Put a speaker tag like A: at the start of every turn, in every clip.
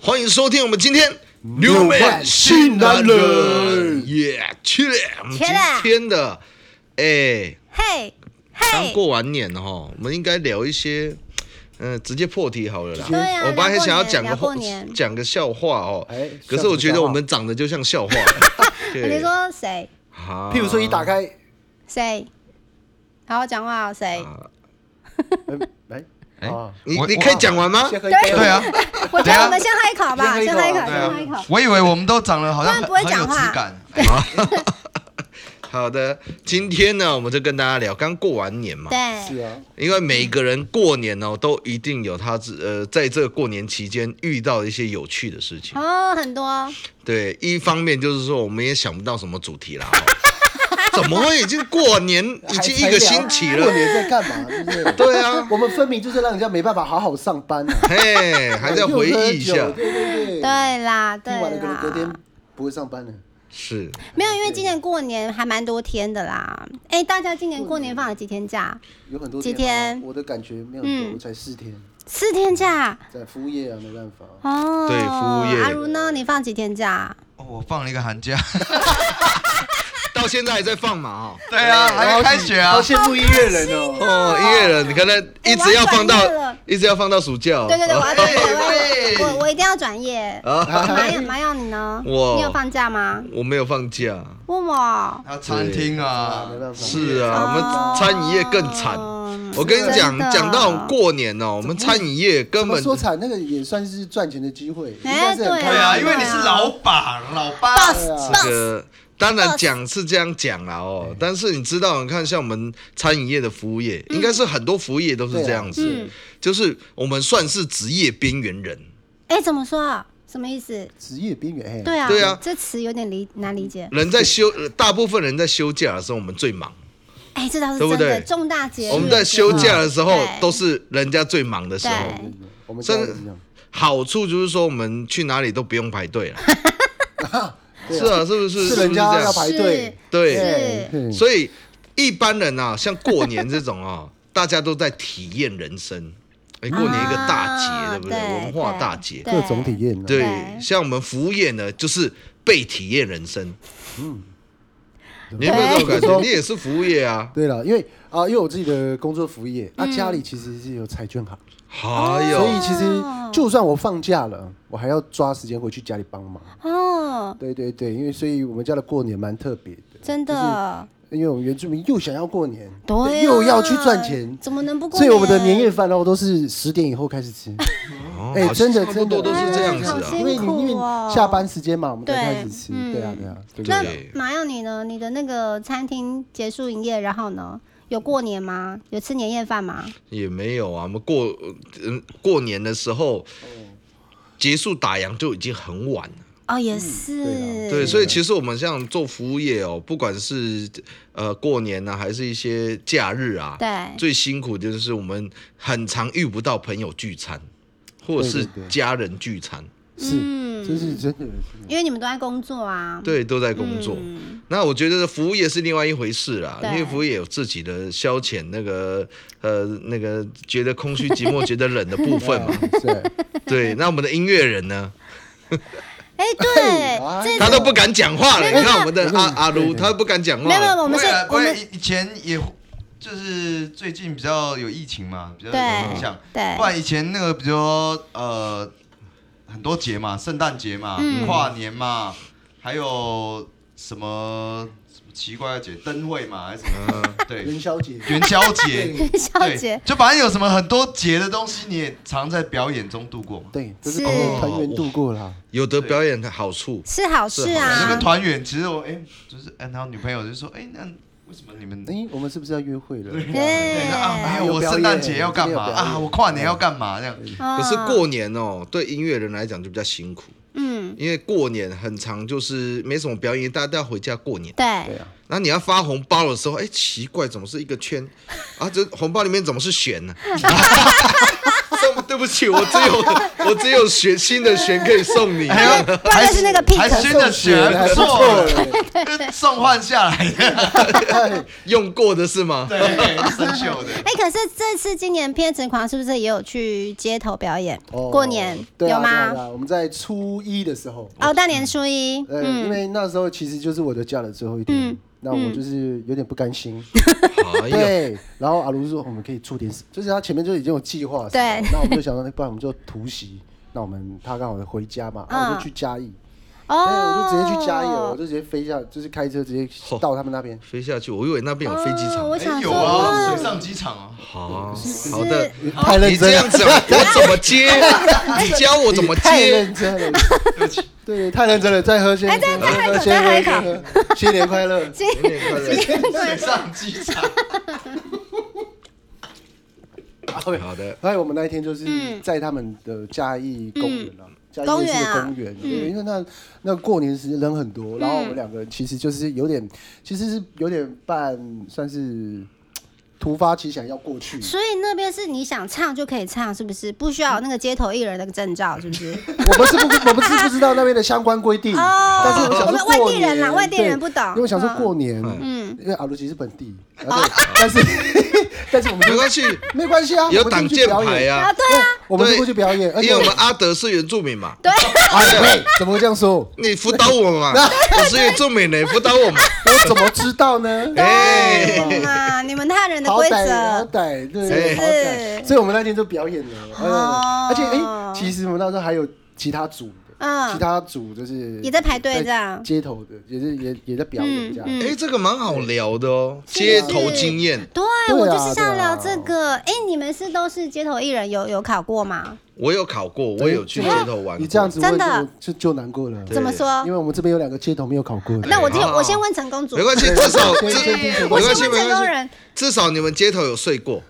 A: 欢迎收听我们今天
B: 六万新男人
A: 耶！去了，我们今
C: 去了
A: 天的哎，
C: 嘿，
A: 刚
C: 嘿，
A: 过完年哈，我们应该聊一些，嗯、直接破题好了啦。
C: 对啊
A: 我本来还想要讲个
C: 聊过年聊过年
A: 讲个笑话哦
B: 哎，
A: 可是我觉得我们长得就像 笑话。对
C: 你，说谁？
A: 啊
B: 譬如说一打开，
C: 谁？好好讲话哦，谁？
A: 啊
B: 呃来、
D: 哎
B: 啊，
A: 你
D: 我
A: 你可以讲完吗？
B: 先喝一杯。
D: 对 啊，
C: 我觉得
D: 等一下
C: 我们先喝一口吧，
B: 先
C: 先
B: 喝
C: 喝
B: 一
C: 一
B: 口
D: 啊
C: 口，先喝一口。
D: 我以为我们都长得好
C: 不
D: 像
C: 然
D: 很
C: 不会
D: 很有
C: 讲话
D: 质感，哎
A: 好的，今天呢，我们就跟大家聊，刚过完年嘛，
B: 是
C: 对，
B: 啊，
A: 因为每个人过年哦，都一定有他自呃，在这个过年期间遇到一些有趣的事情。
C: 哦，很多，
A: 对，一方面就是说我们也想不到什么主题啦、哦， 怎么会已经过年已经一个星期
B: 过
A: 了？
B: 年在干嘛？对不对？
A: 对啊，
B: 我们分明就是让人家没办法好好上班啊，
A: 嘿，还在回忆一
B: 又
A: 下
B: 喝酒，对对对，
C: 对啦，对
B: 听完了可能隔天
C: 啦，
B: 不会上班了。
A: 是
C: 没有，因为今年过年还蛮多天的啦。哎，大家今年过年放了几天假？
B: 有很多
C: 几
B: 啊
C: 天
B: 我的感觉没有很多，
C: 嗯
B: 我才四天，
C: 四天假。
B: 在服务业啊，没办法。
C: 哦，
A: 对服务业
C: 阿如呢？你放几天假？
D: 哦我放了一个寒假，
A: 到现在还在放嘛？
D: 对啊， 还没开学啊
B: 好，羡慕音乐人哦。
A: 哦，哦，音乐人，你看他一直要放
C: 我要转业
A: 到
C: 了，
A: 一直要放到暑假哦。
C: 对对对，我要转业， 我
A: 对
C: 要我我一定要转业。
A: 啊，
C: 马友马友，你呢？
A: 我
C: 你有放假吗？
A: 我没有放假。
C: 问我。
D: 还有餐厅
B: 啊，
D: 啊
B: 没，办法。
A: 是啊，我
B: 哦
A: 们餐饮业更惨。
B: 嗯
C: 哦
A: 我跟你讲
C: 真，的
A: 讲到过年哦，我们餐饮业根
B: 怎么
A: 本
B: 说惨，那个也算是赚钱的机会，应
C: 哎
B: 该是很
C: 对
B: 开
D: 对
B: 心
D: 啊，
C: 啊
D: 因为你是老板，老爸，
B: 对啊
A: 这个呃当然讲是这样讲啦
B: 嗯
A: 哦，但是你知道，你看像我们餐饮业的服务业，应该是很多服务业都是这样子
B: 啊
C: 嗯，
A: 就是我们算是职业边缘 人。
C: 哎，怎么说？什么意思？
B: 职业边缘。嘿
C: 对啊，
A: 对啊
C: 这词有点理难理解。
A: 人在休，呃大部分人在休假的时候，我们最忙。
C: 哎，这倒是
A: 对不
C: 真的，
A: 对
C: 重大节日
A: 我们在休假的时候
C: 对，
A: 都是人家最忙的时候。
C: 对
B: 我们家也一样。
A: 好处就是说，我们去哪里都不用排队了。
B: 对啊
A: 是啊，是不是？
B: 是
A: 不
B: 人
A: 这
B: 家
A: 样
B: 要排队，
A: 对，
C: 是
B: 对嗯
A: 所以一般人啊，像过年这种啊， 大家都在体验人生。哎，
B: 啊
A: 过年一个大节，
C: 啊
A: 对不对？
C: 对
A: 文化大节，
C: 对
B: 各种体验啊。
A: 对
C: 对
A: 像我们服务业呢，就是被体验人生。
B: 嗯
A: 你有没有这种感
B: 对
A: 觉？你也是服务业啊？
B: 对了，因为啊，因为我自己的工作服务业，
C: 嗯
B: 啊，家里其实是有彩券行，
A: 还
B: 哦所以
A: 有，
B: 其实
C: 哦
B: 就算我放假了，我还要抓时间回去家里帮忙。
C: 哦，
B: 对对对，因为所以我们家的过年蛮特别的，
C: 真的，
B: 因为我们原住民又想要过年，
C: 对啊，
B: 又要去赚钱，
C: 怎么能不过
B: 所
C: 年？
B: 以我们的年夜饭哦都是十点以后开始吃，
A: 哦
B: 哎
A: 好
B: 真的
A: 差不多
B: 真的嗯
A: 都是这样子
C: 哎好
A: 啊。
C: 辛
B: 因为你因
C: 苦
B: 为
C: 哦
B: 下班时间嘛，我们才
C: 对
B: 开始吃，
C: 嗯
B: 对啊对啊，对不
C: 那
B: 对？
C: 马耀你呢？你的那个餐厅结束营业，然后呢？有过年吗？有吃年夜饭
B: 嗯
C: 吗？
A: 也没有啊，我们过嗯过年的时候结束打烊就已经很晚了。
C: 哦，也是，
B: 啊
C: 嗯
A: 对，所以其实我们像做服务业哦，不管是呃过年啊，还是一些假日啊，
C: 对
A: 最辛苦的就是我们很常遇不到朋友聚餐，或者是
B: 对对对
A: 家人聚餐，
B: 是，
C: 嗯
B: 这是真的，
C: 因为你们都在工作啊，
A: 对，都在工作。
C: 嗯
A: 那我觉得服务业是另外一回事啦，
C: 对
A: 因为服务业有自己的消遣，那个呃那个觉得空虚寂寞、觉得冷的部分 嘛。
B: 对，
A: 对，那我们的音乐人呢，
C: 哎、
B: 嘿
C: 对，
B: 哎
C: 这
A: 他都不敢讲话了。你看我们的
B: 没有
A: 阿阿卢，他都不敢讲话
C: 没有没有，
A: 了。
C: 我们是
D: 不会啊不
C: 我
D: 会
C: 们
D: 以以前也就是最近比较有疫情嘛，比较有
C: 对
D: 影响。
C: 对
D: 不然以前那个，比如说呃，很多节嘛，圣诞节嘛，
C: 嗯
D: 跨年嘛，还有什么什么奇怪的节，灯会嘛，还是什 么？对，
B: 元宵节，
D: 元宵 节。
C: 小
D: 对
C: 姐，，
D: 就反正有什么很多节的东西，你也常在表演中度过嘛。
B: 对，这是
C: 是
B: 团圆度过啦。
A: 有的表演的好处，
C: 是好事
D: 那
C: 啊
D: 个，团员，其实我哎、就是哎，然后女朋友就说，哎、那为什么你们
B: 哎，我们是不是要约会了？
C: 对
D: 那啊，没
B: 有
D: 有，我
B: 表演
D: 圣诞节要干嘛
B: 今天有表演
D: 啊？我跨年要干嘛？这样
C: 哦
B: 啊
A: 可是过年哦，对音乐人来讲就比较辛苦，
C: 嗯，
A: 因为过年很长，就是没什么表演，大家都要回家过年。
B: 对
C: 对
B: 啊，
A: 然后你要发红包的时候，哎，奇怪，怎么是一个圈？啊，这红包里面怎么是弦呢、啊？这么对不起，我只有我只有选新的弦可以送 你。
D: 哎呦，
C: 不然就是那个
D: 还
C: pink
D: 新的
B: 血
D: 血还
B: 还
D: 不
B: 不
D: 错
B: 错
D: 欸，跟送换下来 的，
A: 用过的是吗？
D: 对，生锈的。
C: 哎、可是这次今年偏执狂是不是也有去街头表演？
B: 哦
C: 过年
B: 对啊
C: 有吗
B: 对啊对啊我们在初一的时候，
C: 哦，大年初一，
B: 呃，因
C: 嗯，
B: 为那时候其实就是我的假的最后一天，那我就是有点不甘心，
A: 哎呦，
B: 对。然后阿卢说我们可以做点什，就是他前面就已经有计划，
C: 对，
B: 那我们就想说，哎那不然我们就突袭。那我们他刚好回家嘛，然后我就去嘉义，
C: 哦
B: 对，哎我就直接去嘉义了，我就直接飞下，就是开车直接到他们那边。
A: 飞下去，我以为那边有飞机
C: 哦
A: 场。
C: 我
D: 哎，
C: 想
D: 有
C: 说，哦哇
D: 啊，水上机场啊，
A: 好
C: 是
A: 好的，
C: 哦
B: 太认
A: 你这
B: 真
A: 样
B: 了，
A: 讲，我怎么接？你教我怎么
B: 太
A: 接？
B: 认真了， 对，太认真了，再喝先，再喝
C: 哎再
B: 先，
C: 喝
B: 喝，新年快乐。
C: 今
A: 有点快乐
D: 水上机场，
A: 好的，
B: 还有我们那一天就是在他们的嘉义公园啊，嘉义
C: 嗯公
B: 夜市
C: 园
B: 的
C: 啊嗯
B: 公园，对，因为那那过年时人很多，然后我们两个人其实就是有点，其实是有点半算是突发奇想要过去，
C: 所以那边是你想唱就可以唱，是不是？不需要有那个街头艺人那个证照，是不是？
B: 我们是不我们是不知道那边的相关规定，
C: 哦
B: 但是我想
C: 我们
B: 说
C: 外地
B: 过年
C: 人啦外地人
B: 对
C: 不懂
B: 因为我想说
C: 嗯哦
B: 过年，
C: 嗯
B: 因为阿卢奇是本地，啊对，但是 但是我们
A: 没
B: 就
A: 关系，
B: 没关系啊，我
A: 有
B: 们
A: 挡
B: 就去
A: 箭
B: 表
A: 牌
B: 演，
A: 啊
C: 啊，，对啊，
B: 我们
A: 对
B: 就过去表演，而
A: 因
B: 且
A: 为我们阿德是原住民嘛，
C: 对，
B: 啊对，怎么会这样说？
A: 你辅导我 嘛，我是原住民呢，辅导我哎嘛。
B: 我怎么知道呢？
C: 对嗯嘛，你们大人的
B: 好
C: 规
B: 歹哎好
C: 则，
B: 歹
A: 是
B: 对，
A: 不
B: 好歹，
C: 是
B: 所以我们那天就表演了，
C: 哦
B: 嗯，而且哎，其实我们那时候还有其他组的，其
C: 嗯，
B: 他组就是
C: 也在排队这样嗯
B: 街头的也是也也在表演这样，
A: 哎，这个蛮好聊的哦，
C: 是
A: 街头经验。
C: 对
B: 对啊
C: 我就是想聊
B: 对
C: 这
B: 啊
C: 个。哎，你们是都是街头艺人，有有考过吗？
A: 我有考过，我有去街头玩过。
B: 你这样子
C: 哎真
B: 问
C: 的
B: 就就就难过了，
A: 对
C: 怎么说
B: 因？为我们这边有两个街头没有考过的，
C: 那我就
A: 好好
C: 我先问成功组，
A: 没关系，至少
B: 对
A: 至
B: 对对对
C: 我
A: 没
C: 先
A: 关系，
C: 问
A: 没
C: 成功
A: 关系，
C: 人，
A: 至少你们街头有睡过。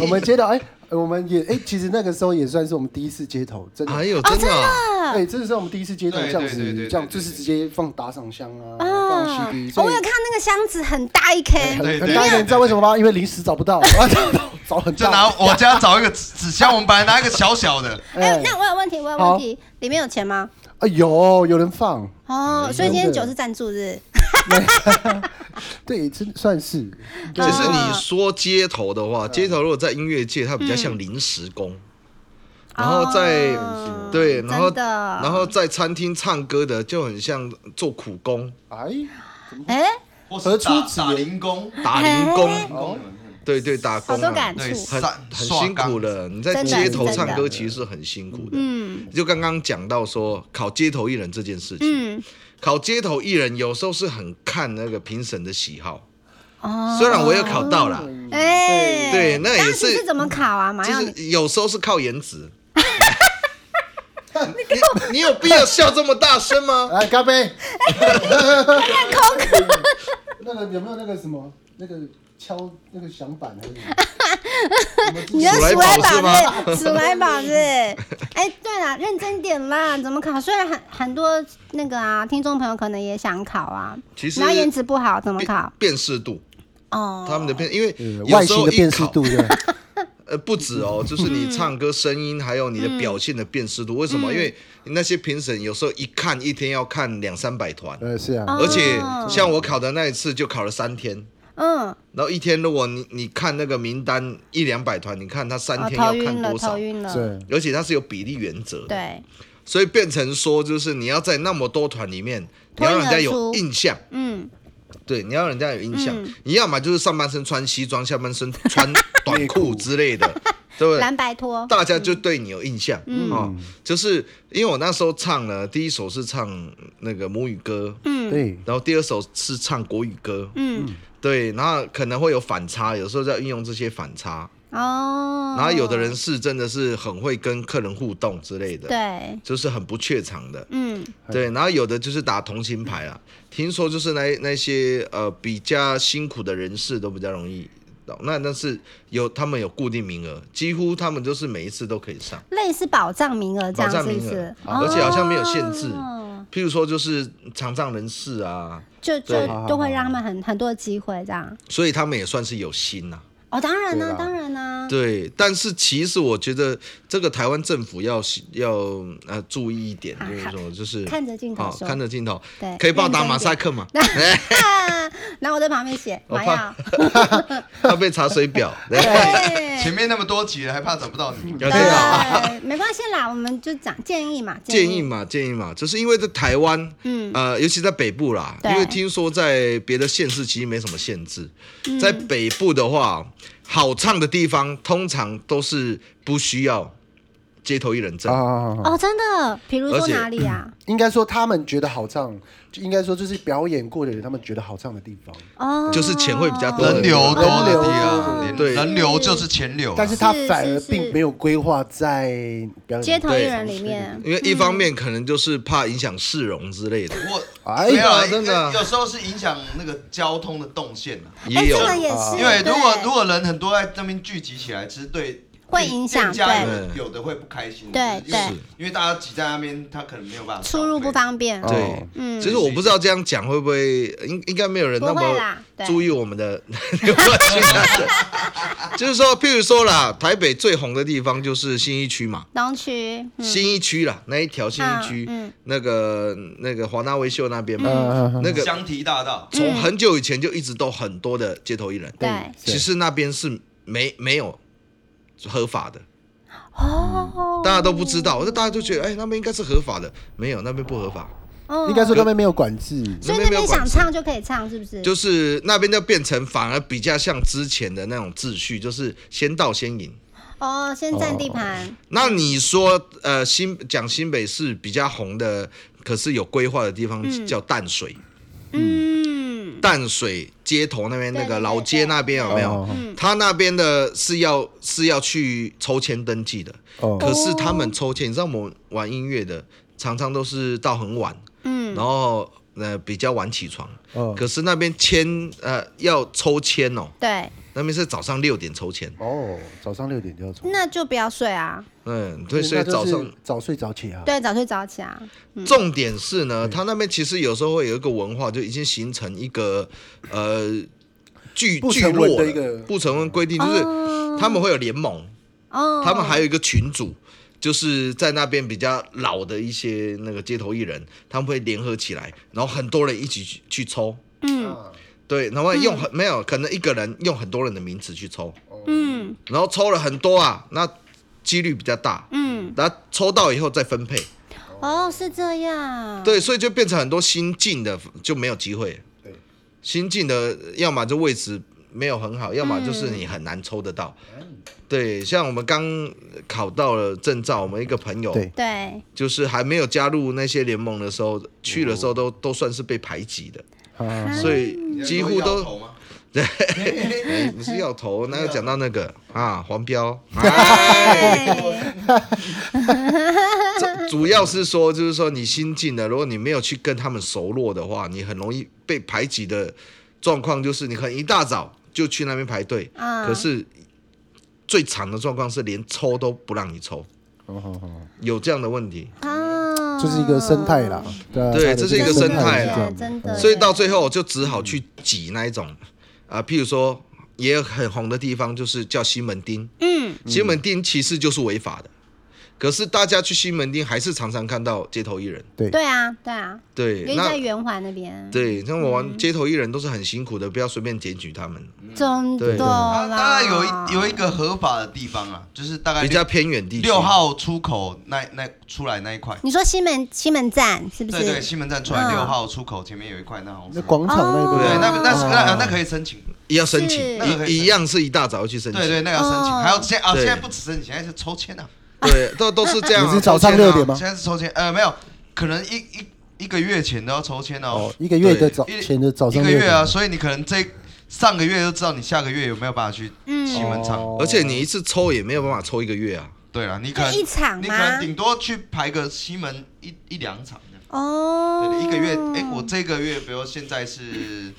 B: 我们街头哎，我们也哎，其实那个时候也算是我们第一次街头，真的
A: 哎。呦，真的啊，
B: 哎，这是我们第一次街头
D: 对
B: 这样
D: 对对对对
B: 子，这样
D: 对
B: 就是直接放打赏箱啊，
C: 啊
B: 放 CD，
C: 哦
B: 所以
C: 我有看那个箱子很大一 K，
D: 对
B: 很
D: 对
B: 很大一点，你知道为什么吗？因为零食找不到，找很
D: 就
B: 大。
D: 拿我家找一个纸纸箱，我们本来拿一个小小的，
C: 哎，那我有问题，我有问题，里面有钱吗？
B: 啊有有人放，
C: 哦，所以今天酒是赞助日，
B: 对，真算是。
A: 其
B: 对啊
A: 实你 说街头的
B: 嗯
A: 话，街头如果在音乐界，它比较像临时工，然后在
C: 哦
A: 对，然后
C: 真的
A: 然后在餐厅唱歌的就很像做苦工、
B: 哎，
C: 哎，
D: 或是
B: 何出
D: 打
B: 此
D: 打
B: 言
D: 零工，
A: 打零工，
B: 哦，
A: 对对，打
C: 好
A: 工
C: 多
A: 啊
C: 感，
D: 对，
C: 触，
A: 很
D: 散
A: 很辛苦。的。你在
C: 真的
A: 街头
C: 真的
A: 唱歌其实是很辛苦的。
C: 嗯
A: 就刚刚讲到说考街头艺人这件事情，
C: 嗯，
A: 考街头艺人有时候是很看那个评审的喜好，
C: 哦，
A: 虽然我也考到了，
C: 哎，
A: 对那也
C: 当
A: 是
C: 时是怎么考啊？马
A: 就
C: 耀，
A: 是有时候是靠颜 值。你你有必要笑这么大声吗？
B: 来干杯。
C: 哎空
B: 那个有没有那个什么那个敲那个响板还是什么？
C: 你要
A: 数
C: 数
A: 来
C: 来
A: 宝是吗
C: 宝是， 数来宝是。哎，对了，认真点啦，怎么考？虽然很很多那个啊，听众朋友可能也想考啊，
A: 其实
C: 然后颜值不好怎么考
A: 辨？辨识度，
C: 哦，
A: 他们的辨，因为
B: 呃
A: 有
B: 外
A: 时
B: 形
A: 候
B: 的
A: 一
B: 辨识
A: 考
B: 度对，
A: 呃，不止
C: 嗯
A: 哦，就是你唱歌声音，还有你的表现的辨识度。为什
C: 嗯
A: 么？因为那些评审有时候一看一天要看两三百团，
B: 呃是啊，
C: 哦
A: 而且像我考的那一次就考了三天，
C: 嗯，
A: 然后一天如果你你看那个名单一两百团，你看他三
C: 哦
A: 天
C: 头
A: 要看
C: 晕了，
A: 多少
C: 头，晕了，
B: 是啊
A: 而且它是有比例原则的，
C: 对，
A: 所以变成说就是你要在那么多团里面，你
C: 脱
A: 要
C: 颖
A: 让人家
C: 而
A: 有
C: 出
A: 印象。
C: 嗯，
A: 对，你要人家有印象，
C: 嗯
A: 你要么就是上半身穿西装，下半身穿 短裤之类的，对不对？
C: 蓝白拖，
A: 大家就对你有印象、
C: 嗯
A: 哦。就是因为我那时候唱呢，第一首是唱那个母语歌，
C: 嗯
B: 对，
A: 然后第二首是唱国语歌，
C: 嗯，
A: 对，然后可能会有反差，有时候在运用这些反差。
B: 嗯
C: 哦，
A: 然后有的人是真的是很会跟客人互动之类的，
C: 对，
A: 就是很不怯场的。
C: 嗯，
A: 对，然后有的就是打同情牌啊，听说就是那那些呃比较辛苦的人士都比较容易到，那但是有他们有固定名额，几乎他们就是每一次都可以上，
C: 类似保障名额这
A: 保
C: 样，
A: 障
C: 是
A: 名
C: 不
A: 额啊
C: 是？，
A: 而且好像没有限制。
C: 哦
A: 譬如说就是残障人士啊，
C: 就就
A: 对
C: 就会让他们很很多的机会这样。
A: 所以他们也算是有心呐、啊
C: 哦，当然啦、
B: 对啦
C: 当然啊啦、
A: 对，但是其实我觉得这个台湾政府要要呃注意一点，
C: 啊
A: 就是说就是
C: 看着镜头
A: 好
C: 说
A: 看着镜头，
C: 对
A: 可以帮我打
C: 认真
A: 马
C: 一点
A: 赛克 嘛？
C: 然后我在旁边写
A: 我
C: 马
A: 怕
C: 药，
A: 要被查水表，对 啊
C: 对
D: 前面那么多集了，还怕找不到你？
A: 对啊，
C: 对没关系啦，我们就讲建议嘛，
A: 建议
C: 议，
A: 嘛建议嘛，就是因为在台湾，
C: 嗯
A: 呃，尤其在北部啦，
C: 对
A: 因为听说在别的县市其实没什么限制，
C: 嗯
A: 在北部的话，好唱的地方通常都是不需要街头艺人证
B: 啊，啊啊啊
C: 哦，真的，比如
A: 而
C: 说
A: 且
C: 哪里啊？
B: 应该说他们觉得好唱，就应该说就是表演过的人，他们觉得好唱的地方。
C: 哦，
A: 嗯就是钱会比较多
D: 人流多的地
B: 人
D: 方，
A: 流对
D: 人流就是钱流啊。
B: 但是他
C: 是
B: 反
C: 是
B: 而
C: 是
B: 并没有规划在表演
C: 街头艺
A: 对
C: 人里面，
A: 因为一方面可能就是怕影响市容之类的，
C: 嗯
D: 我
B: 哎
D: 没有啊，
A: 真的啊
D: 有有时候是影响那个交通的动线啊。
A: 也
C: 哎，
A: 有
C: 这个也是，
D: 因为如果
C: 对
D: 如果人很多在那边聚集起来，其实对
C: 会影响
D: 店家
A: 对
D: 有有的会不开心，
C: 对
D: 就是因为
A: 对
D: 因为大家挤在那边，他可能没有办法
C: 出入不
D: 消费。
C: 方便，
B: 哦
A: 对，
C: 嗯
A: 其实我不知道这样讲会不会，应应该没有人那
C: 不会啦
A: 么
C: 对
A: 注意我们的 流行感就是说，譬如说啦，台北最红的地方就是新一区嘛，
C: 东区，嗯
A: 新一区啦，那一条新一区，
C: 嗯嗯
A: 那个那个华纳维秀那边嘛，
B: 嗯嗯嗯
A: 那个
D: 香堤大道，
A: 从很久以前就一直都很多的街头艺人，
B: 嗯
C: 对，
A: 其实那边是没没有合法的，
C: 哦，
A: 大家都不知道，那大家就觉得哎那边应该是合法的，没有那边不合法，
C: 嗯
B: 应该说那边没有管制，
C: 所
A: 那
C: 以
A: 边
C: 那
A: 没有
C: 边想
A: 管制
C: 唱就可以唱，是不是？
A: 就是那边就变成反而比较像之前的那种秩序，就是先到先赢。
C: 哦，先占地盘，
A: 那你说，呃，新讲新北市比较红的，可是有规划的地方叫淡水，
C: 嗯，
A: 淡水街头那边
C: 对
A: 那个
C: 对
A: 老
C: 对
A: 街
C: 对
A: 那边有没有
B: 哦？
C: 嗯
A: 他那边的是要是要去抽签登记的，
B: 哦，
A: 可是他们抽签，你知道我们玩音乐的常常都是到很晚，
C: 嗯，
A: 然后呃比较晚起床，
B: 哦
A: 可是那边签呃要抽签哦，
C: 对，
A: 那边是早上六点抽签。
B: 哦，早上六点就要走，
C: 那就不要睡啊，
A: 嗯，对，所
B: 哦那
A: 以
B: 就
A: 早
B: 是嗯
A: 上、
B: 早睡早起啊。
C: 对，早睡早起啊，
A: 重点是呢，
B: 嗯
A: 他那边其实有时候会有一个文化，就已经形成一个呃聚
B: 不
A: 聚
B: 成文
A: 落
B: 的
A: 了
B: 一个
A: 不成文规定，就是
C: 哦
A: 他们会有联盟，
C: 哦，
A: 他们还有一个群组。就是在那边比较老的一些那个街头艺人，他们会联合起来，然后很多人一起去去抽，
C: 嗯
A: 对，然后用很、没有可能一个人用很多人的名字去抽，
C: 嗯
A: 然后抽了很多啊，那几率比较大，
C: 嗯，
A: 然后抽到以后再分配，
C: 哦，是这样，
A: 对，所以就变成很多新进的就没有机会。
B: 对，
A: 新进的要么就位置没有很好，要么就是你很难抽得到。对，像我们刚考到了证照，我们一个朋友，
B: 对
C: 对，
A: 就是还没有加入那些联盟的时候，去的时候都、都算是被排挤的，
B: 啊，
A: 所以嗯几乎都
D: 你要 投吗
A: 哎你是要投，哪有讲到那个啊黄标？
C: 哎
A: 主要是说，就是说你新进的，如果你没有去跟他们熟络的话，你很容易被排挤的状况就是，你可能一大早就去那边排队，
C: 嗯
A: 可是最惨的状况是连抽都不让你抽，
B: 好好好，
A: 有这样的问题。
C: 啊，
B: 就是一个生态啦，
C: 哦
B: 对啊，
A: 对
B: 它的
A: 这是一个
B: 生
A: 生态啦
B: 是这样
C: 真的
B: 嗯
A: 所以到最后我就只好去挤那一种啊、譬如说也有很红的地方就是叫西门町，
C: 嗯，
A: 西门町其实就是违法的，可是大家去西门町还是常常看到街头艺人。
B: 对
C: 对啊，对啊，
A: 对，
C: 尤其
A: 那
C: 在圆环那边，
A: 对，像我玩街头艺人都是很辛苦的，不要随便检举他们。
D: 嗯
C: 真的
A: 对
C: 啦
D: 啊，当然有一有一个合法的地方啊，就是大概
A: 比较偏远地区。
D: 六，号出口那那出来那一块，
C: 你说西门西门站是不
D: 对对，
C: 是？
D: 西门站出来
C: 嗯
D: 六号出口前面有一块，那好像
B: 那
D: 是
B: 广场那
C: 哦
B: 边，
D: 对，那
C: 个
D: 那是那呃
B: 哦
D: 那可以申请，
A: 也要申
C: 是
A: 请，
D: 那个可以申
A: 一
D: 请
A: 一样是一大早要去申请。
D: 对对，那个要申请，
C: 哦
D: 还有现啊，
A: 对
D: 现在不止申请，现在是抽签啊，
A: 对都都是这样
B: 你
A: 啊。
B: 是早上
A: 抽签啊
B: 六点吗？
D: 现在是抽签，呃，没有，可能一一一个月前都要抽签哦
B: 哦，，一个月的
A: 对
B: 早
D: 一
B: 前的早
D: 一
B: 上
D: 个
B: 六
D: 月
B: 点
D: 啊，，所以你可能这上个月就知道你下个月有没有办法去
C: 嗯
D: 西门场。
B: 哦
A: 啊而且你一次抽也没有办法抽一个月啊。
D: 对了，你可
C: 就
D: 能
C: 一场
D: 你可能
C: 吗？
D: 顶多去排个西门一一两场这样。
C: 哦，
D: 对，一个月，哎，我这个月，比如现在是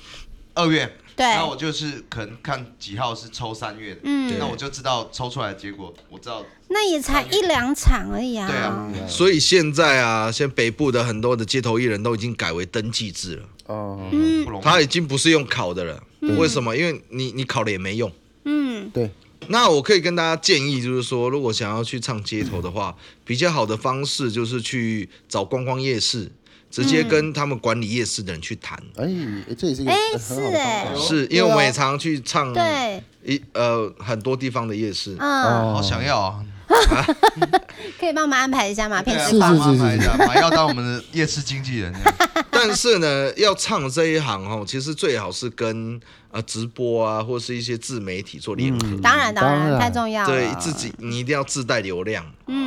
D: 二月，
C: 对，
D: 那我就是可能看几号是抽三月的，
C: 嗯
D: 那我就知道抽出来的结果，我知道
C: 那也才一两场而已啊。
D: 对啊
A: 所以现在啊，现在北部的很多的街头艺人都已经改为登记制了，
B: 哦，
C: 嗯
D: 不容易。
A: 他已经不是用考的了。为什么？因为你你考了也没用，
C: 嗯，
B: 对，
A: 那我可以跟大家建议，就是说，如果想要去唱街头的话，比较好的方式就是去找观光夜市，直接跟他们管理夜市的人去谈。
B: 哎、哎这也是一个
C: 哎
B: 很好的
C: 是哎
B: 方法
A: 是因为我们也常常去唱
C: 对，
A: 一呃很多地方的夜市，
B: 哦
C: 嗯，
D: 好想要啊！
C: 可以帮我们安排一下吗？片
D: 对啊
C: 时
B: 是
C: 光
D: 帮忙买一
B: 是
D: 下，买要当我们的夜市经纪人这样。
A: 但是呢，要唱这一行哦，其实最好是跟呃直播啊，或是一些自媒体做联合。
C: 当然当
B: 当
C: 然
B: 然
C: 太重要了，
A: 对自己，你一定要自带流量，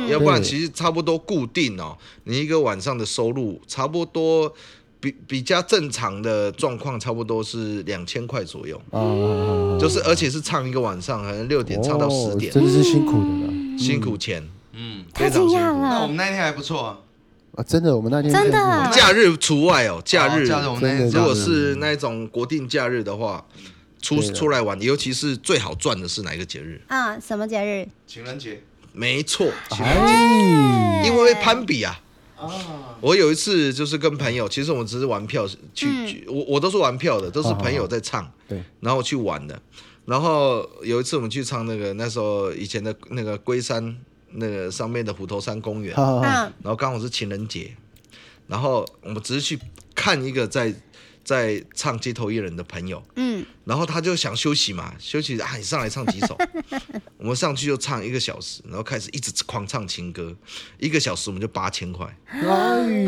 A: 要不然其实差不多固定哦，你一个晚上的收入差不多比比较正常的状况，差不多是两千块左右，
B: 啊，
A: 就是而且是唱一个晚上，可能六点唱到十点
B: 哦，真的是辛苦的了、
A: 辛苦钱。
D: 嗯，
A: 非
C: 太
A: 常
C: 惊讶
A: 辛苦
D: 那我们
C: 了，
D: 那天还不错啊，
B: 啊，真的，我们那天
C: 真的
B: 看
A: 假日除外哦，假日
D: 哦假日我们那
B: 真
D: 天
B: 的
A: 如果
D: 假日
A: 是那一种国定假日的话，出
B: 对的
A: 出来玩，尤其是最好赚的是哪一个节日？
C: 嗯，什么节日？
D: 情人节
A: 没错，
B: 过哎，
A: 因为攀比啊。
B: 哦
D: 啊，
A: 我有一次就是跟朋友，其实我们只是玩票去，去我我都是玩票的，都是朋友在唱，
B: 哦对，
A: 然后去玩的。然后有一次我们去唱那个那时候以前的那个龟山那个上面的虎头山公园，
B: 哎好好好，
C: 嗯，
A: 然后刚好是情人节，然后我们只是去看一个在在唱街头艺人的朋友，
C: 嗯，
A: 然后他就想休息嘛，休息啊，你上来唱几首，我们上去就唱一个小时，然后开始一直狂唱情歌，一个小时我们就八千块，
B: 哎呦，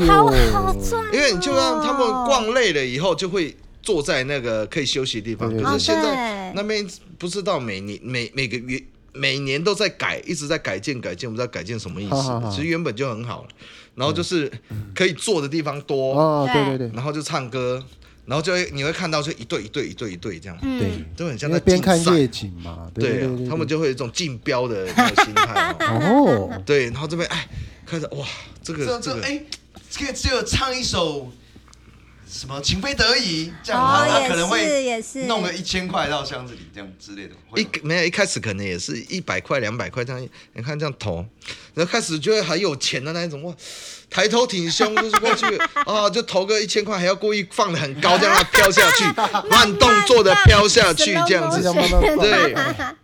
C: 好嗯好赚哦，
A: 因为你就让他们逛累了以后，就会坐在那个可以休息的地方。
B: 对对
A: 可是现
C: 哦
A: 在
C: 对
A: 那边不知道每年每每个月每年都在改，一直在改建改建，我们不知道改建什么意思。
B: 好好好
A: 其实原本就很好，然后就是可以坐的地方多，
B: 哦，对对对
A: 然后就唱歌，然后就会你会看到就一对一对一对一对这样，
B: 对
C: 嗯，，
A: 都很像
B: 因
A: 在
B: 为边
A: 竞
B: 看
A: 赛。
B: 夜景嘛，对
A: 对
B: 对
A: 啊
B: 对，
A: 他们就会有一种竞标的那个心态、哦。
B: 哦，
A: 对， 然后这边哎，看着哇，这
D: 这
A: 个这
D: 这
A: 个
D: 哎，这个只有唱一首什么情非得已这样，
C: 哦，
D: 他可能
C: 也是
D: 会
C: 也是，
D: 弄个一千块到箱子里这样之类的，会
A: 一
D: 吗
A: 没有一开始可能也是一百块两百块这样，你看这样投，然后开始就会很有钱的那一种哇，抬头挺胸就是过 去啊，就投个一千块，还要故意放的很高，这样它飘下 去，慢动作的飘下去这样
B: 这
A: 子
B: 样，慢慢放
A: 对，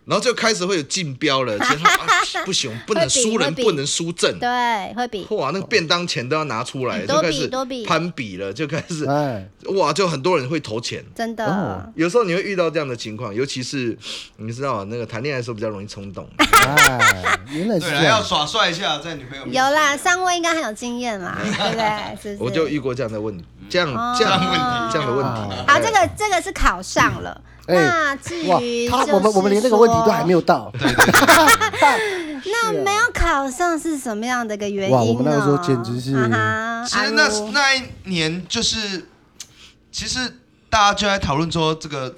A: 然后就开始会有竞标了，觉得啊不行，不能输
C: 会
A: 人，
C: 比
A: 不能输阵，
C: 对，会 比
A: 哇，那个便当钱都要拿出来，就
C: 多比
A: 开始
C: 多比
A: 攀比了，就开始
B: 哎，
A: 哇，就很多人会投钱。
C: 真的
B: 哦，
A: 有时候你会遇到这样的情况，尤其是你知道那个谈恋爱的时候比较容易冲 动，
B: 哎，原来是
D: 对
B: 这
D: 啦，要
B: 样，
D: 耍帅一下，在女朋友
C: 有
D: 面前
C: 啦，上位应该很有经验啦，对不对？是不是？
A: 我就遇过这样的问这样
C: 哦
A: 这样
D: 这样问题
A: 这样的问题
B: 哦。
C: 好，这个这个是考上了。
B: 哎
C: 那至
B: 哇
C: 于，
B: 他
C: 就是
B: 我们我们连那个问题都还没有到，
D: 对对对，
C: 说，那没有考上是什么样的一个原因
B: 啊
C: 呢？
B: 哇我们那个时候简直是
C: 啊哈
D: 其实
C: 阿
D: 那
C: 如
D: 那一年就是，其实大家就在讨论说这个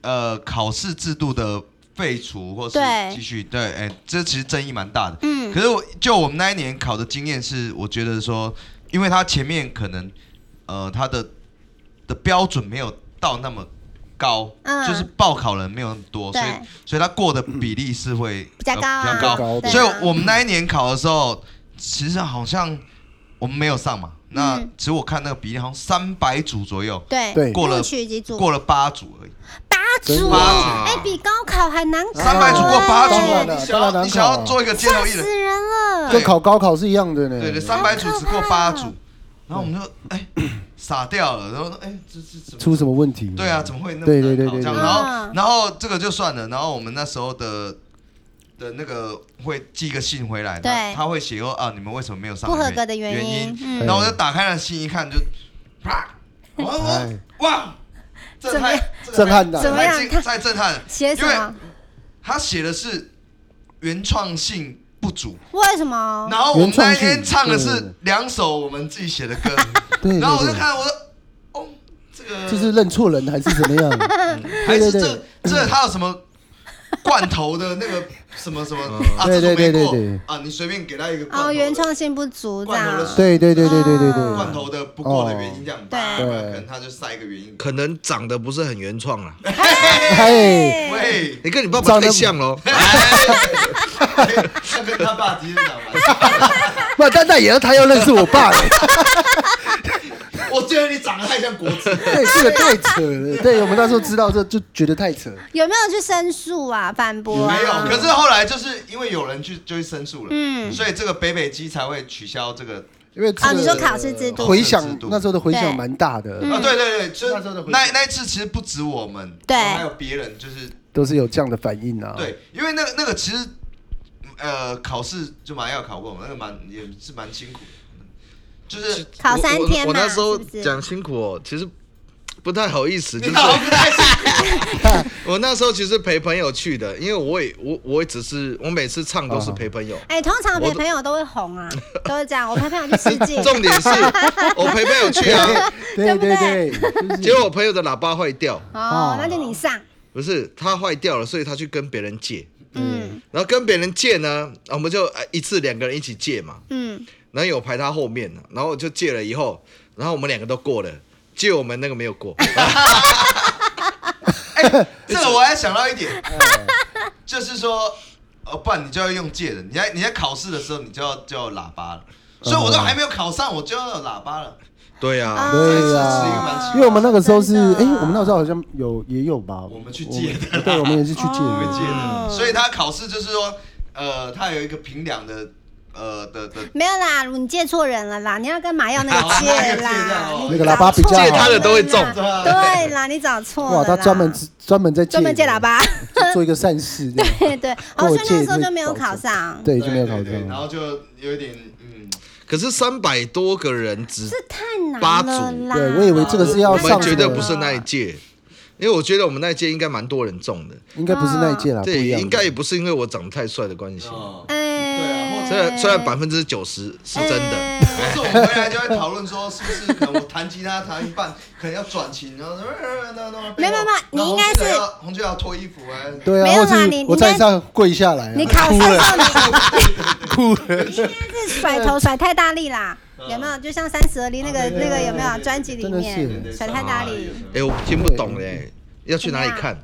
D: 呃考试制度的废除或是
C: 对
D: 继续对，哎、这其实争议蛮大的。
C: 嗯
D: 可是我就我们那一年考的经验是，我觉得说，因为他前面可能呃他的的标准没有到那么高，
C: 嗯
D: 就是报考人没有那么多，所以
C: 对
D: 所以他过的比例是会呃
C: 比较高啊
D: 比较
B: 高对啊
D: 所以我们那一年考的时候，其实好像我们没有上嘛。那
C: 嗯
D: 其实我看那个比例好像三百组左右，
C: 对
B: 对
D: 过了
C: 录取几组？
D: 过了八组而已。
C: 八组，
A: 八组
C: 哎，比高考还难考。
D: 三百组过八组，
B: 当然
C: 哎
B: 了
D: 你
B: 当
D: 想
B: 然
D: 要
B: 难
D: 你想
B: 考
D: 要
B: 啊
D: 做一个街头
C: 吓
D: 艺人，
C: 死人了！
B: 跟考高考是一样的呢，
D: 对对，三百组只过八
C: 好可
D: 组，然后我们就哎傻掉了，然后说哎这这怎么
B: 出什么问题？
D: 对啊，怎么会那么
B: 对
D: 难
B: 对
D: 搞
B: 对对
D: 这样
B: 对
C: 嗯
D: 然后然后这个就算了，然后我们那时候的的那个会寄个信回来，
C: 对
D: 他他会写说啊，你们为什么没有上
C: 不合
D: 原
C: 格的原
D: 原因
C: 因？嗯
D: 然后我就打开了信一看，就啪，哇哇
B: 哎
D: 哇，震
C: 怎么
D: 撼
B: 震撼
C: 样
B: 的
D: 这
C: 怎么样
D: 太
C: 他
D: 惊太震撼了。
C: 写什么？
D: 他写的是原创性不足，
C: 为什么？哦
D: 然后我们
B: 原创
D: 那一
B: 性
D: 天唱的
B: 对
D: 是
B: 对
D: 两首我们自己写的歌，
B: 对对
D: 然后我就
B: 对
D: 看我说，哦，这个
B: 就是认错人还是怎么样？
D: 还
B: 对对
D: 是这这他有什么罐头的那个什么什么啊？
B: 嗯对
D: 这
B: 对对
D: 种没过
B: 对对
D: 啊，你随便给他一个罐头
C: 哦，
D: 的
C: 原创性不足这样
D: 罐头。的
B: 对对对对对对对，
D: 罐头的不过的原因这样，吧，
C: 对
D: 可能他就塞一个原因。
A: 可能长得不是很原创 啊，
B: 哎嘿，
D: 喂，
A: 你跟你爸爸太像喽。
D: 他跟他 爸其实长蛮像
B: 不，但但也要他要认识我爸，
D: 我觉得你长得太像国字。
B: 对，这个太扯了。对我们那时候知道这就觉得太扯，
C: 有没有去申诉啊？反驳啊？
D: 没有，可是后来就是因为有人去就去申诉了，
C: 嗯
D: 所以这个北北基才会取消这个。
B: 因为这
C: 啊，你说
B: 个
C: 考试制度，
B: 回响
D: 制度
B: 那时候的回响
C: 对
B: 蛮大的，
C: 嗯
D: 啊，对对对，就是
B: 那时候的回
D: 那那一次其实不止我们，
C: 对哦
D: 还有别人，就是
B: 都是有这样的反应啊。
D: 对，因为那个那个其实，呃，考试就蛮要考过嘛，那个蛮也是蛮辛苦的，就是
C: 考三
A: 我我
C: 天嘛
A: 我那时候
C: 是不是
A: 讲辛苦哦，其实不太好意思，就
D: 你
A: 是
D: 好
C: 哦
D: 不太辛苦
A: 我那时候其实陪朋友去的，因为我也我我也只是我每次唱都是陪朋友。
C: 哎、通常陪
A: 我
C: 朋友都会红 啊，都是这样。我陪朋友去试镜，
A: 重点 是我陪朋友去啊，
B: 对对
C: 对不对
B: 对，就是
A: 结果我朋友的喇叭坏掉，
C: 哦，那就你上，
A: 不是他坏掉了，所以他去跟别人借，
C: 嗯
A: 然后跟别人借呢，啊我们就呃一次两个人一起借嘛，
C: 嗯，
A: 然后有排他后面，然后我就借了以后，然后我们两个都过了，借我们那个没有过，
D: 这个我还想到一点，
B: 嗯
D: 就是说，呃，不然你就要用借的，你在你在考试的时候，你就要就要有喇叭了，所以我都还没有考上，我就要有喇叭了。
A: 对啊，
B: 对
D: 这是一个蛮奇怪
B: 呀
D: 的，
B: 因为我们那个时候是，
C: 真的
B: 哎，我们那时候好像有也有吧，
D: 我们去借的
B: 我们对，我们也是去借
C: 哦
B: 的，
D: 借的，
C: 嗯
D: 所以他考试就是说，呃，他有一个平量的，呃的的，
C: 没有啦，你借错人了啦，你要跟马耀 那个
D: 哦那
C: 借
D: 个借
C: 啦
D: 这样哦，
C: 你
B: 那个喇叭比较
C: 找错
B: 借他
A: 的都会中
C: 人啦对啦，你找错了啦，
B: 哇，他专门专门在
C: 专门借啊喇，叭，
B: 做一个善事这样，
C: 对对，哦，
B: 跟我
C: 所以那
B: 借
C: 时候
B: 那
C: 就没有
B: 保
C: 考
B: 证
C: 上，
B: 对，就没有
D: 对
B: 考
D: 对对然
B: 上。
D: 后就有一点，嗯，
A: 可是三百多个人只
C: 这太难
A: 八
C: 了
A: 组
C: 啦，
B: 对我以为这个是要
A: 我
B: 上啊
A: 们
B: 的
A: 绝对不是那一届，因为我觉得我们那一届应该蛮多人中的，
B: 应该不是那一
D: 啊
B: 届啦，不
A: 这
B: 一
A: 也
B: 样的。
A: 应该也不是因为我长得太帅的关系，
D: 哦，
C: 哎，
A: 啊虽然虽然百分之九十是真的。
C: 哎
D: 不是我们回来就会讨论说，是不是可能我弹吉他弹一半，可能要转琴，然后呃呃那那
C: 没有没有没有你应该是
D: 然后红雀要红雀要脱衣服哎，
B: 对
C: 没
B: 啊，
C: 有
B: 或
C: 啦你
B: 是我
C: 你
B: 在
C: 应该
B: 上跪下来啊，
C: 你考上之后，你
B: 哭 了，
C: 应该是甩头甩太大力 啦，
A: 嗯
C: 有没有？就像三十而立那
A: 啊
C: 个那个有没有专辑里
B: 真的
C: 面
B: 是
C: 甩太大力，
A: 哎、我听不懂嘞，要去哪里看？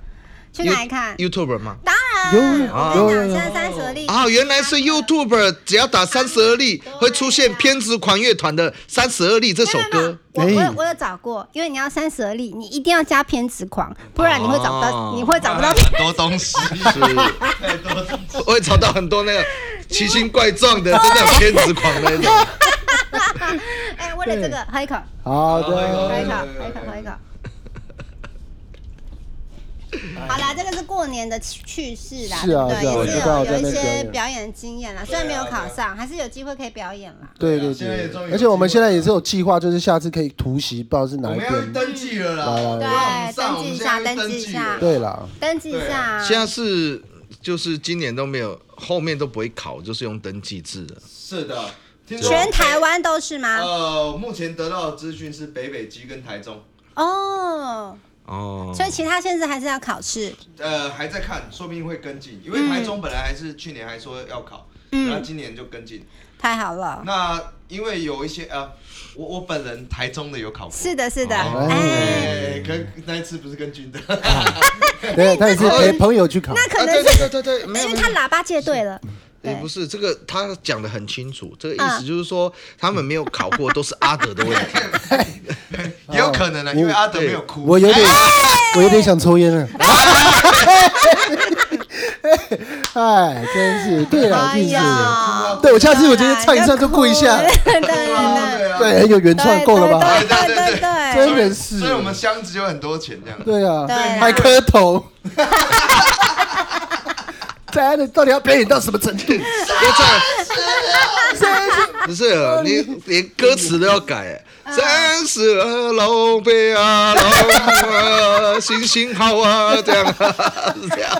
C: 去哪里看？
A: YouTube 吗？
C: 当
B: 有
C: 然，我
A: 有
C: 跟
B: 有
C: 你讲，现在三十而立
A: 啊，原来是 YouTube，只要打三十二例会出现偏执狂乐团的《三十二例》这首
C: 没有
A: 歌。
C: 没有没有我
B: 哎
C: 我我有找过，因为你要三十而立，你一定要加偏执
D: 啊
C: 狂，不然你会找不到
A: 哦，
C: 你会找不到。
D: 很多东西，太多东西。
A: 我也找到很多那个奇形怪状的，真的很偏执狂那种。
C: 哎，为了这个，喝一口，
B: 好
D: 好
C: 喝
D: 哎
C: 一
B: 的
D: 呦，
C: 口，喝一口，喝一口。好啦，这个是过年的趣事啦，
B: 是啊
C: 对
B: 是啊
C: 不
B: 我
C: 对？也
B: 知
C: 是
B: 道
C: 有
B: 我在
C: 有
B: 那
C: 一
B: 边
C: 些
B: 表演
C: 表演经验啦，虽然没有
D: 对啊
C: 考上，还是有机会可以表演啦。
B: 对
D: 对啊
B: 对
D: 现在也终于
B: 对，
D: 有
B: 而且我们
D: 机会
B: 现
D: 了
B: 在也是有计划，就是下次可以突袭，不知道是
D: 我
B: 哪一
D: 们要去
B: 边。
D: 登记了啦，
B: 来来
D: 对
C: 来对登记一下登记一下
B: 对 啦，
C: 登记一下啊，
A: 现在是就是今年都没有，后面都不会考，就是用登记制的。
D: 是的，听说
C: 全台湾都是吗？
D: 呃，目前得到的资讯是北北基跟台中，
C: 哦，
A: 哦，
C: 所以其他县市还是要考试。
D: 呃，还在看，说不定会跟进，因为台中本来还是去年还说要考，
C: 嗯
D: 然后今年就跟进。
C: 太好了，
D: 那因为有一些呃，我我本人台中的有考过，
C: 是的，是的，
A: 哦
C: 哎，
D: 哎，跟那一次不是 跟军的，
B: 对，他也是陪朋友去考。
C: 那可
A: 啊，
C: 能
A: 对
C: 是
A: 对对对对，没有
C: 因为
A: 没有
C: 他。喇叭借对了，
A: 也
C: 对
A: 不是这个，他讲的很清楚，这个意
C: 嗯
A: 思就是说，他们没有考过，都是阿德的 问题。哦
D: 也有可能啊，因为阿德没有哭。
B: 我有点，
C: 哎
B: 我有点想抽烟啊了。 哎，真是对啊，
C: 哎
B: 真是。
C: 呀，
B: 对我下次我觉得唱一唱就跪一下，
C: 对对
D: 对啊，
C: 对，
D: 对啊，
B: 对，很有原创，够了吧？
C: 对对对对啊
B: 真的是
D: 所以我们箱子有很多钱这样。
B: 对啊
C: 对啦，
B: 还磕头。 在的到底要表演到什么程度？
C: 啊
A: 我操！
C: 哎
A: 不是你连歌词都要改，
C: 嗯
A: 三十二楼北啊，老啊，行行好啊，这样 啊，是这样，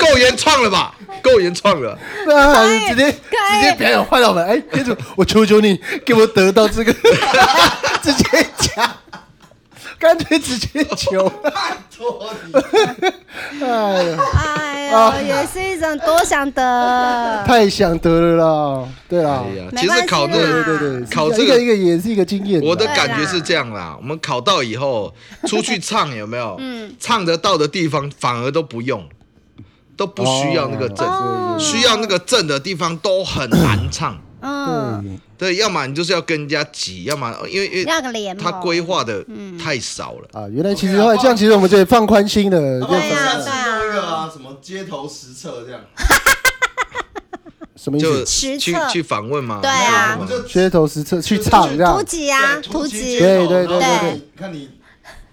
A: 够原创了吧？够原创了，
B: 那直接
C: 可以
B: 直接表演换到我们，哎，天主，我求求你给我得到这个， 直接讲，干脆直接求，
D: 拜托你，
B: 哎呀。
C: 哎
B: 啊
C: 呦，也是一种多想得，
B: 太想得了啦，对啦
A: 哎，呀，
C: 没
A: 其
C: 关
A: 实
C: 系
A: 考
C: 啦
B: 对
A: 的
B: 对对，
A: 考
B: 是
A: 这
B: 一个一
A: 个。
B: 个也是一个经验啊啦。
A: 我的
C: 对
A: 感
C: 啦
A: 觉是这样啦，我们考到以后出去唱有没 有？
C: 嗯
A: 唱得到的地方反而都不用，都不需要那个证，
B: 哦
A: 需要那个证的地方都很难唱。
C: 嗯，
B: 对，
A: 对，要么你就是要跟人家挤，要么因为因为
C: 要个联盟。
A: 他规划的太少了。
B: 啊，原来其实后来这样，其实我们就放宽心了，就
D: 要不然
C: 对啊
D: 下次弄一个啊，什么街头实测这样，
B: 什么意
A: 就
B: 思？
C: 实
A: 去
C: 嗯测
A: 去访问嘛，
C: 对啊
A: 那
D: 我
A: 个
D: 们
A: 嘛
D: 就
B: 噱头实测去唱这样
C: 突，击啊，
D: 对
C: 突
D: 突
C: 击
D: 击街头
B: 对对对
D: 然后
C: 对
D: 你看你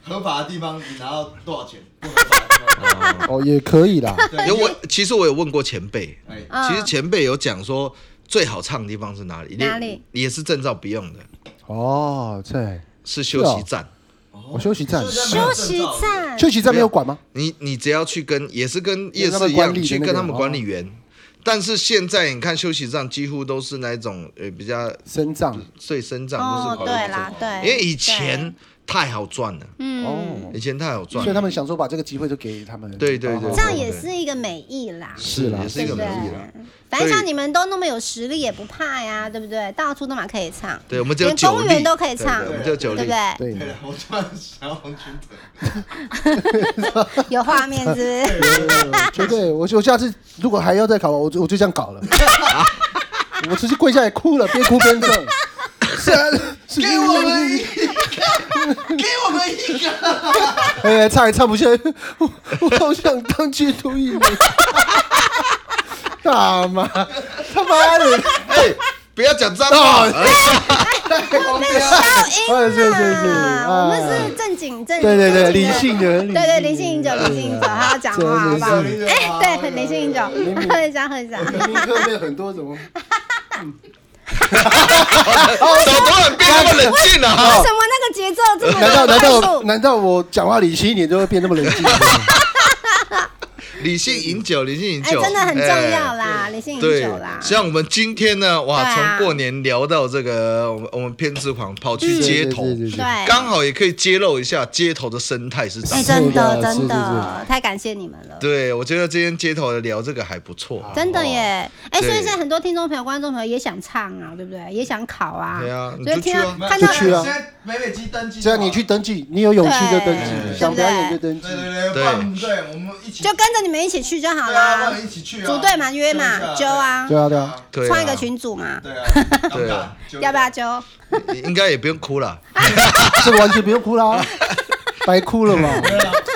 D: 合法的地方你拿到多少钱，不合法的地
C: 啊
D: 方拿到多少钱
B: 哦，也可以 啦。
D: 对
A: 有我其实我有问过前辈，
D: 哎
C: 嗯
A: 其实前辈有讲说最好唱的地方是哪里？
C: 哪里
A: 也也是证照不用的，
B: 哦，对，
A: 是休
B: 哦
A: 息站。
B: 我休息站
A: 哦
D: 就，是在没
C: 休
D: 有
C: 息
D: 证照的
C: 站，
B: 休息站没有管吗？
A: 你你只要去跟也是跟夜
B: 跟他
A: 市
B: 们
A: 一
B: 管理
A: 样
B: 的
A: 去
B: 那
A: 跟
B: 个哦
A: 他们管理员，但是现在你看休息站几乎都是那一种呃比较
B: 深藏
A: 最生长都
C: 哦
A: 是跑，
C: 对
A: 这
C: 啦
A: 种，
C: 对，
A: 因为以前太好赚了，
C: 嗯，
B: 哦，
A: 以前太好赚
B: 所以
A: 了，
B: 他们想说把这个机会就给他们。
A: 对对对
B: 哦
C: 这样也是一个美意啦，
B: 是啦
A: 也是
C: 对
A: 一
C: 不
A: 个
C: 对
A: 美意啦。？
C: 反
A: 所
C: 正
A: 以
C: 像你们都那么有实力，也不怕呀，对不对？到处都嘛可以唱，
A: 对，我们只有
C: 连
A: 九
C: 公
A: 例
C: 园，都可以唱，
A: 对我
D: 我
C: 对
A: 们只有九
C: 不
A: 例，
B: 对
C: 对？
D: 对了，我突然想到王君腾，
C: 有画面是不 是？
B: 对绝对，我就我下次如果还要再考，我就我就这样搞 了。我直接跪下来哭了，边哭边唱。是啊，是
D: 给我们一个，给我们一个，
B: 哎，唱也唱不下去，我我好想当街头 艺人。大妈，他妈的！
A: 哎，不要讲脏话，
C: 消
B: 哎是
C: 音
B: 是是
C: 啦，
B: 啊
C: 我们是正经正，
B: 对对对，
C: 正经
B: 理
C: 的
B: 性的，
C: 对对，理性饮酒，理性饮酒，好好讲话，好不好？
B: 真
D: 的是
C: 哎，对，理 性饮酒，
B: 嗯
C: 喝一下，喝一下。
B: 明科面很多种。 哦
A: 手都很变那么冷静啊了
C: 为
A: 哈。
C: 什么那个节奏这 么
B: 难道难
C: 快
B: 道
C: 速？
B: 难道我讲话理性一点就会变那么冷 静？
A: 理性饮酒，理性饮
C: 哎，
A: 酒，
C: 真的很重要
A: 哎。
C: 啦，理性饮
A: 对
C: 酒啦，。
A: 像我们今天呢，哇，
C: 对啊
A: 从过年聊到这个，我们我们偏执狂跑去街头，
B: 对对对
C: 对，
A: 刚好也可以揭露一下街头的生态是怎
C: 哎，
A: 样。
C: 真的
B: 是的
C: 真
B: 是
C: 的，太感谢你们了。
A: 对，我觉得今天街头的聊这个还不错。
C: 真的耶，哎，所以
A: 哦对
C: 现在很多听众朋友、观众朋友也想唱啊，对不对？也想考啊，
A: 对啊你
C: 所以
A: 就
C: 听
A: 去
C: 到
A: 啊
C: 看到啊
B: 就去啊
D: 现在美美肌登记，
B: 只要啊你去，登记，你有勇气就登记，
C: 对
B: 想表演就登记
D: 对。对对，
A: 对
D: 放对，我们一起，
C: 就跟着你们一起去就好
D: 对啊，我
C: 啦
D: 们，一起去啊，
C: 组队嘛，约
D: 揪一下
C: 嘛，揪，啊
B: 对，啊对啊，
A: 对啊，
C: 创一个群组嘛，
D: 对啊，
A: 对
D: 对啊
A: 啊，
D: 揪一下
C: 要不要？揪？
A: 应该也不用哭了。
B: 这个完全不用哭啦，白哭了嘛，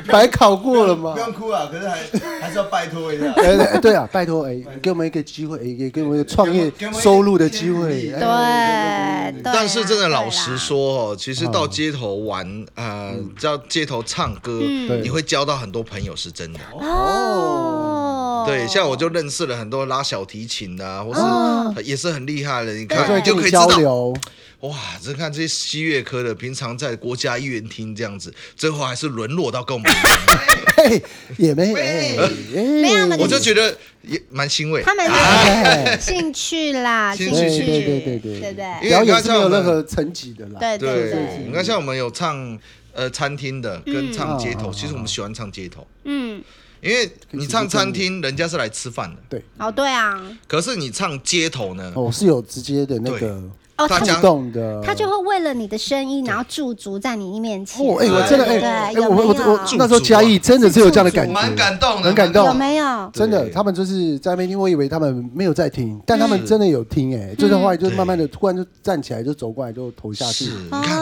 B: 白考过了嘛
D: 不。用哭啊，可是还还是要拜托一下。
B: 哎，哎对啊，拜托，哎，给我们一个机会，哎，也给我们一个创业
D: 给我们给我们一个
B: 收入的机会。
D: 对
B: 哎
C: 对，啊对
A: 但是真的
C: 啦
A: 老实，说哦，其实到街头玩，呃，到街头唱歌，
B: 嗯
C: 嗯
B: 对
A: 你会交到很多朋友，是真的。
C: 对啦哦，
A: 对，像我就认识了很多拉小提琴的、啊，或是、
C: 哦
A: 也是很厉害的，你
B: 他
A: 看
B: 就会
A: 你就
B: 跟
A: 可以知
B: 你交
A: 道，
B: 流，
A: 哇，这看这些西乐科的，平常在国家艺院厅这样子，最后还是沦落到跟我们一样，
B: 嘿，也没，哎，
C: 没
B: 没
C: 有嘛
A: 我就觉得也蛮欣慰。
C: 他们
B: 哎
C: 有兴趣啦，
A: 兴
C: 兴
A: 趣
B: 对
C: 趣，
A: 兴
B: 对
A: 趣
B: 对对
C: 对不对
A: 因为
B: 表
A: 你
B: 演
A: 看
B: 是没
A: 像我
B: 有
A: 们
B: 任何层级的啦。
C: 对对
A: 对，
C: 对，
A: 你看像我们有唱呃餐厅的，跟唱街头，
B: 嗯
A: 其实我们喜欢唱街头，
C: 嗯，
A: 因为你唱餐厅，人家是来吃饭的，
C: 哦对啊，
A: 可是你唱街头呢，
B: 哦，是有直接的那
A: 对
B: 个
C: 哦
A: 大
C: 他
A: 家
B: 互动的，
C: 他就会为了你的声音，然后驻足在你面前。
B: 哦，哎，我真的哎
C: 对
B: 哎，
C: 有
B: 我我我
C: 没有
B: 我那时候嘉义真的是有这样的感觉，
D: 蛮感动的，
B: 很感动
C: 有没有？
B: 真的，
A: 对
B: 他们就是在那边听，我以为他们没有在听，但他们真的有听、哎、就是后来就慢慢的，突然就站起来，就走过来，就投下去
A: 嗯
B: 嗯
A: 是，。你看。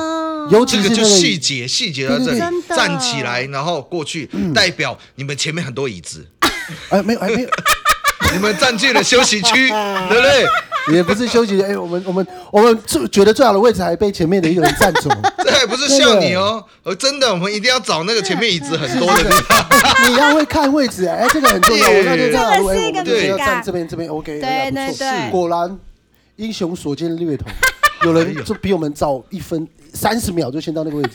C: 哦，
B: 尤其
A: 这个
B: 是那
A: 就
B: 个
A: 细节，细节在这
B: 对对对
A: 里
C: 真，的
A: 站起来，然后过去，代表你们前面很多椅子，
B: 哎、没有，哎、没有，
A: 你们占据了休息区，对不对？
B: 也不是休息，哎、我们我们我们最觉得最好的位置还被前面的一个人占走，
A: 这还不是笑你哦，呃，真的，我们一定要找那个前面椅子很多的地方。
B: 你要会看位置、哎、这个很重要，
A: 对
B: 我那天在哎，
C: 这
B: 我
C: 个是一
B: 们
C: 个
B: 就要
C: 美感
B: 站这边这边 OK，哎呀
C: 对
B: 不错
C: 对对
B: 果然英雄所见略同，有人就比我们早一分三十秒就先到那个位置，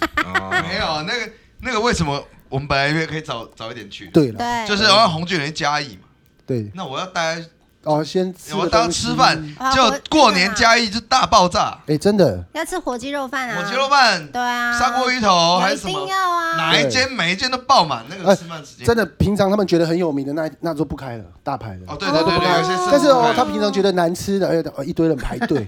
D: 没有那个那个为什么我们本来约可以早早一点去？，
B: 对了，
C: 对，
D: 就是然后红俊人嘉义嘛，
B: 对，
D: 那我要待，
B: 哦，先吃
D: 我
B: 个
D: 要待
B: 东西
D: 吃饭
C: 啊，
D: 就
C: 我
D: 过年嘉义就大爆炸，
B: 哎、真的。
C: 要吃火鸡肉饭啊，
D: 火鸡肉，饭、
C: 对啊，
D: 砂锅鱼头还
C: 有
D: 是
C: 一
D: 什
C: 定
D: 么，
C: 要啊，
D: 哪一间每一间都爆满，那个
B: 哎
D: 吃饭时间
B: 真的，平常他们觉得很有名的那那都不开了，大牌的。
D: 哦哦，对对对对，有一些是
B: 但是
D: 不
B: 哦
D: 开，
B: 他 平常觉得难吃的，哎，哦一堆人排队。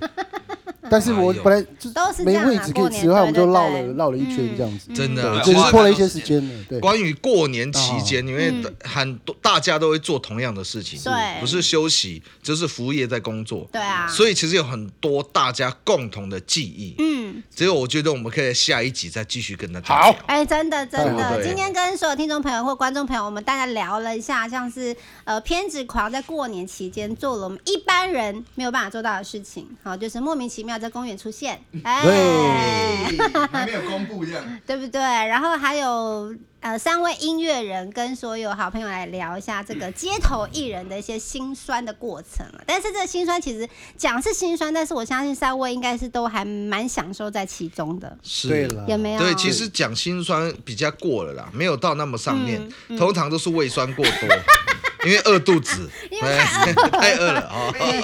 B: 但是我本来就
C: 都是这
B: 没
C: 样啊
B: 位置可以吃的话，我们
C: 过年
B: 就绕
C: 对
B: 了
C: 对对
B: 绕了一圈这样子，
A: 真的啊
B: 只
D: 嗯对
B: 是
D: 花了
B: 拖了一些时间了，对，
A: 关于过年期间，因为很多大家都会做同样的事情，
C: 嗯对
A: 不是休息就是服务业在工作，
C: 对啊，
A: 所以其实有很多大家共同的记忆。
C: 嗯，
A: 只有我觉得我们可以在下一集再继续跟大家
B: 好
A: 聊
C: 哎，真的真
B: 对
A: 对
C: 的，
A: 对
C: 今天跟所有听众朋友或观众朋友，我们大家聊了一下，像是呃偏执狂在过年期间做了我们一般人没有办法做到的事情，好，就是莫名其妙在公园出现，哎，
D: 还没有公布这样。
C: 对不对？然后还有呃三位音乐人跟所有好朋友来聊一下这个街头艺人的一些辛酸的过程啊。但是这个辛酸其实讲是辛酸，但是我相信三位应该是都还蛮享受在其中的，
A: 是
B: 对了，
C: 有没有？
A: 啊对，其实讲心酸比较过了啦，没有到那么上面，
C: 嗯
A: 通常都是胃酸过多， 因为饿肚子，
C: 因为
A: 哎太饿了啊。
C: 哎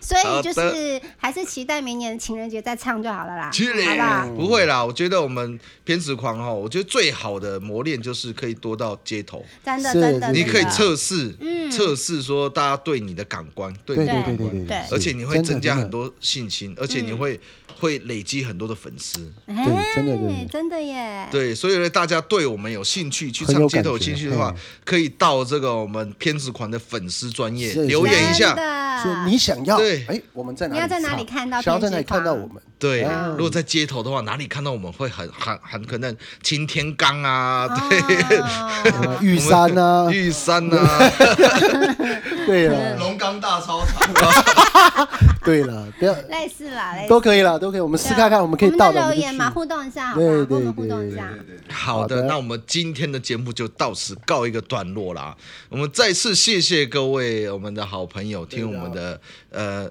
C: 所
A: 好的
C: 以就是还是期待明年情人节再唱就好了啦，
A: 其实
C: 好不好？
A: 不会啦，我觉得我们偏执狂哈，我觉得最好的磨练就是可以多到街头，
C: 真的
B: 是
C: 真的，
B: 是
A: 你可以
C: 真的
A: 测试，
C: 嗯
A: 测试说大家对你的感官，对
B: 对
A: 你的
B: 对
A: 感
B: 对
A: 官，
B: 对对
C: 对
B: 对，
A: 而且你会增加很
B: 多，
A: 多信心，而且你会会累积很多的粉丝，
C: 哎
B: 对真的真的
C: 真的耶，
A: 对，所以呢，大家对我们有兴趣去
B: 很有
A: 唱街
B: 感
A: 头有
B: 觉
A: 兴趣的话
B: 嗯，
A: 可以到这个我们偏执狂的粉丝专业
B: 是
A: 留言一
C: 真
A: 下，
C: 的
B: 说你想要
A: 对，
B: 哎，我们在哪？
C: 你要在哪里看到
B: 想要在哪里
C: 偏
B: 看
C: 执
B: 到
C: 狂
B: 我们？
A: 对
B: 嗯，
A: 如果在街头的话，哪里看到我们会很很很可能擎天岗啊，对，
C: 哦
B: 呃玉山啊呐，
A: 玉山啊，
B: 对 了，
D: 龙岗大操场，
B: 对了，不要
C: 类似啦，类似
B: 都可以了，都可以，我们试看看，我们可以到
C: 啊我
B: 的我们
C: 们都留
B: 就
C: 言嘛，
B: 去
C: 互动一下，好不好？
B: 对对
C: 跟我们互动一下
D: 对。对对，
A: 好
B: 好
A: 的
B: 的，
A: 那我们今天的节目就到此告一个段落啦。我们再次谢谢各位我们的好朋友听我们的呃，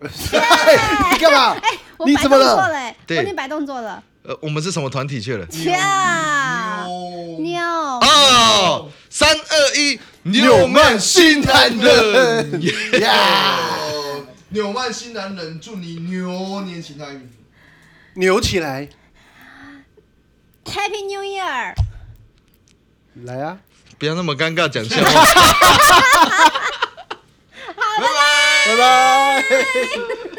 B: 哎你干 嘛？
C: 我
B: 你
C: 摆
B: 怎么
C: 动
B: 了
C: 作了欸？我
A: 对
C: 已经摆动作了。
A: 呃，我们是什么团体去了？
C: 天啊，
D: 哦，
C: 妞，
A: 哦，三二一，纽曼新男人，
B: 呀，
D: 哦纽曼新男人，祝你牛年行大运。
B: 扭起来，
C: Happy New Year！
B: 来啊！
A: 不要那么尴尬，讲笑话。
B: 拜拜。